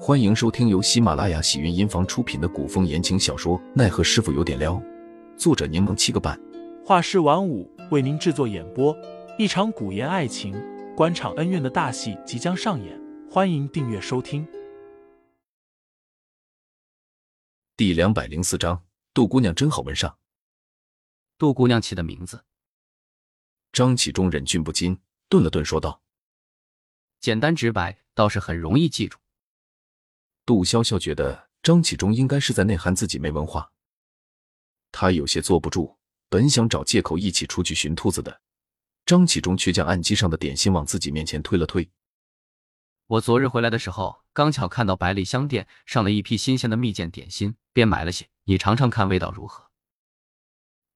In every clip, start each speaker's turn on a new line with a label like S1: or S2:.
S1: 欢迎收听由喜马拉雅喜云音房出品的古风言情小说《奈何师傅有点撩》，作者柠檬七个半，
S2: 画师晚舞为您制作演播。一场古言爱情、官场恩怨的大戏即将上演，欢迎订阅收听。
S1: 第两百零四章，杜姑娘真好闻上。
S3: 杜姑娘起的名字，
S1: 张启忠忍俊不禁，顿了顿，说道
S3: 简单直白，倒是很容易记住。：“
S1: 杜潇潇觉得张启忠应该是在内涵自己没文化，他有些坐不住，本想找借口一起出去寻兔子的，张启忠却将案几上的点心往自己面前推了推。
S3: 我昨日回来的时候，刚巧看到百里香店上了一批新鲜的蜜饯点心，便买了些，你尝尝看味道如何。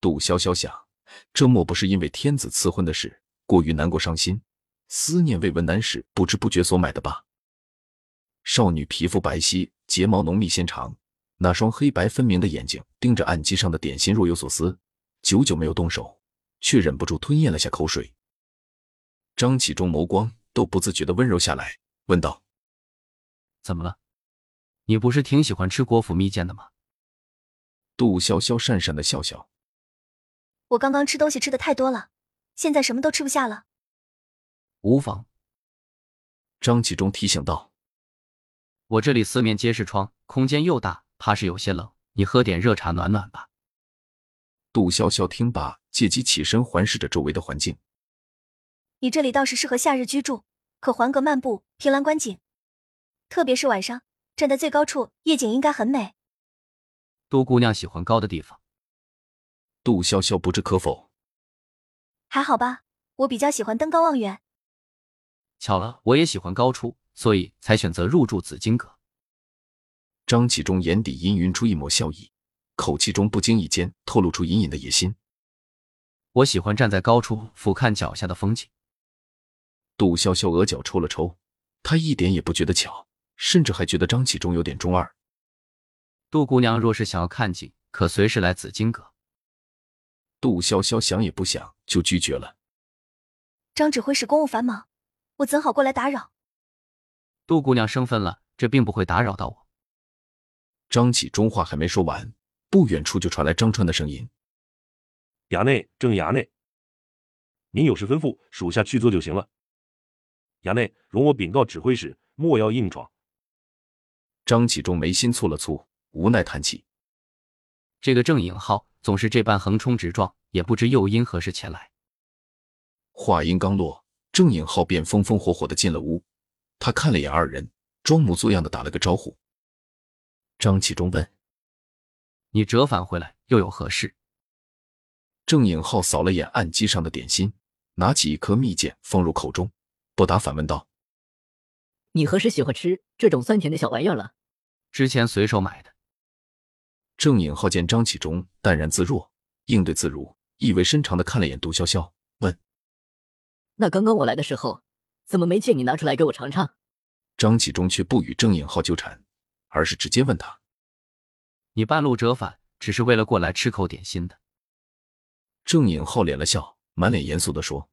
S1: 杜潇潇想，这莫不是因为天子赐婚的事过于难过伤心，思念未闻男时不知不觉所买的吧？少女皮肤白皙，睫毛浓密纤长，那双黑白分明的眼睛盯着案几上的点心若有所思，久久没有动手，却忍不住吞咽了下口水。张启忠眸光都不自觉的温柔下来，问道
S3: 怎么了？你不是挺喜欢吃国府蜜饯的吗？：“
S1: 杜潇潇讪讪的笑笑，
S4: 我刚刚吃东西吃的太多了，现在什么都吃不下了。
S3: 无妨，
S1: 张启忠提醒道。”
S3: 我这里四面皆是窗，空间又大，怕是有些冷，你喝点热茶暖暖吧。
S1: 杜潇潇听罢，借机起身环视着周围的环境。
S4: 你这里倒是适合夏日居住，可环阁漫步，凭栏观景，特别是晚上，站在最高处，夜景应该很美。
S3: 杜姑娘喜欢高的地方，
S1: 杜潇潇不置可否。
S4: 还好吧，我比较喜欢登高望远。
S3: 巧了，我也喜欢高处，所以才选择入住紫金阁。
S1: 张启忠眼底氤氲出一抹笑意，口气中不经意间透露出隐隐的野心。
S3: 我喜欢站在高处俯瞰脚下的风景。
S1: 杜潇潇额角抽了抽，她一点也不觉得巧，甚至还觉得张启忠有点中二。
S3: 杜姑娘若是想要看景，可随时来紫金阁。
S1: 杜潇潇想也不想就拒绝了。
S4: 张指挥使公务繁忙，我怎好过来打扰？
S3: 杜姑娘生分了，这并不会打扰到我。
S1: 张启忠话还没说完，不远处就传来张川的声音。
S5: 衙内，正衙内，您有事吩咐，属下去做就行了。衙内，容我禀告指挥使，莫要硬闯。
S1: 张启忠眉心蹙了蹙，无奈叹气。
S3: 这个郑颖浩总是这般横冲直撞，也不知又因何事前来。
S1: 话音刚落，郑颖浩便风风火火的进了屋。他看了眼二人，装模作样的打了个招呼。张启忠问
S3: 你折返回来又有何事？
S1: 郑颖浩，扫了眼案几上的点心，拿起一颗蜜饯放入口中，不答反问道
S6: 你何时喜欢吃这种酸甜的小玩意儿了？
S3: 之前随手买的，：“
S1: 郑颖浩见张启忠淡然自若，应对自如，意味深长的看了眼杜潇潇，问
S6: 那刚刚我来的时候，怎么没见你拿出来给我尝尝？
S1: 张启忠却不与郑颖浩纠缠，而是直接问他。
S3: 你半路折返，只是为了过来吃口点心的。
S1: 郑颖浩敛了笑，满脸严肃的说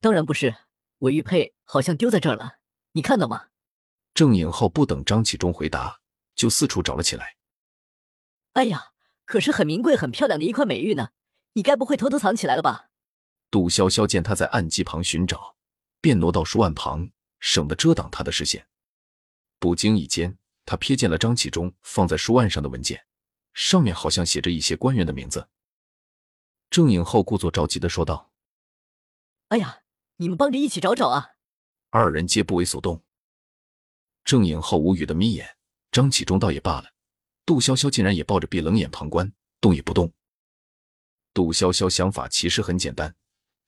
S6: 当然不是，我玉佩好像丢在这儿了，你看到吗？：‘
S1: 郑颖浩不等张启忠回答，就四处找了起来。’
S6: 哎呀，可是很名贵、很漂亮的一块美玉呢，你该不会偷偷藏起来了吧？
S1: 杜潇潇见他在案几旁寻找，便挪到书案旁，省得遮挡他的视线。不经意间，他瞥见了张启忠放在书案上的文件，上面好像写着一些官员的名字。郑颖浩故作着急的说道：“
S6: 哎呀，你们帮着一起找找啊！
S1: 二人皆不为所动。郑颖浩无语的眯眼，张启忠倒也罢了，杜潇潇竟然也抱着臂冷眼旁观，动也不动。杜潇潇想法其实很简单，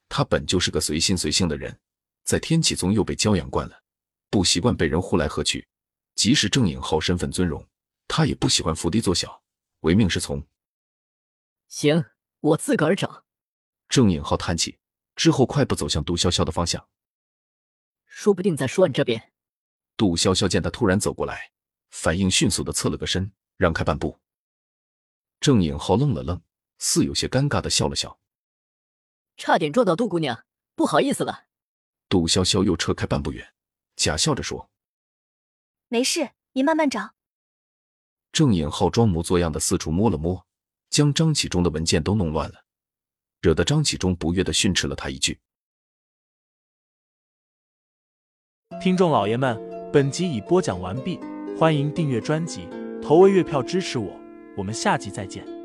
S1: 她本就是个随心随性的人，在天启宗又被教养惯了，不习惯被人呼来喝去。即使郑颖浩身份尊荣，她也不喜欢伏低做小，唯命是从。
S6: 行，我自个儿找。
S1: 郑颖浩叹气之后，快步走向杜潇潇的方向。
S6: 说不定在书案这边。
S1: 杜潇潇见他突然走过来，反应迅速的侧了个身，让开半步。郑颖浩愣了愣，似有些尴尬的笑了笑。
S6: 差点撞到杜姑娘，不好意思了。
S1: 杜潇潇又撤开半步远，假笑着说
S4: 没事，您慢慢找。
S1: 郑颖浩装模作样的四处摸了摸，将张启忠的文件都弄乱了，惹得张启忠不悦的训斥了他一句。
S2: 听众老爷们，本集已播讲完毕，欢迎订阅专辑，投喂月票支持我，我们下集再见。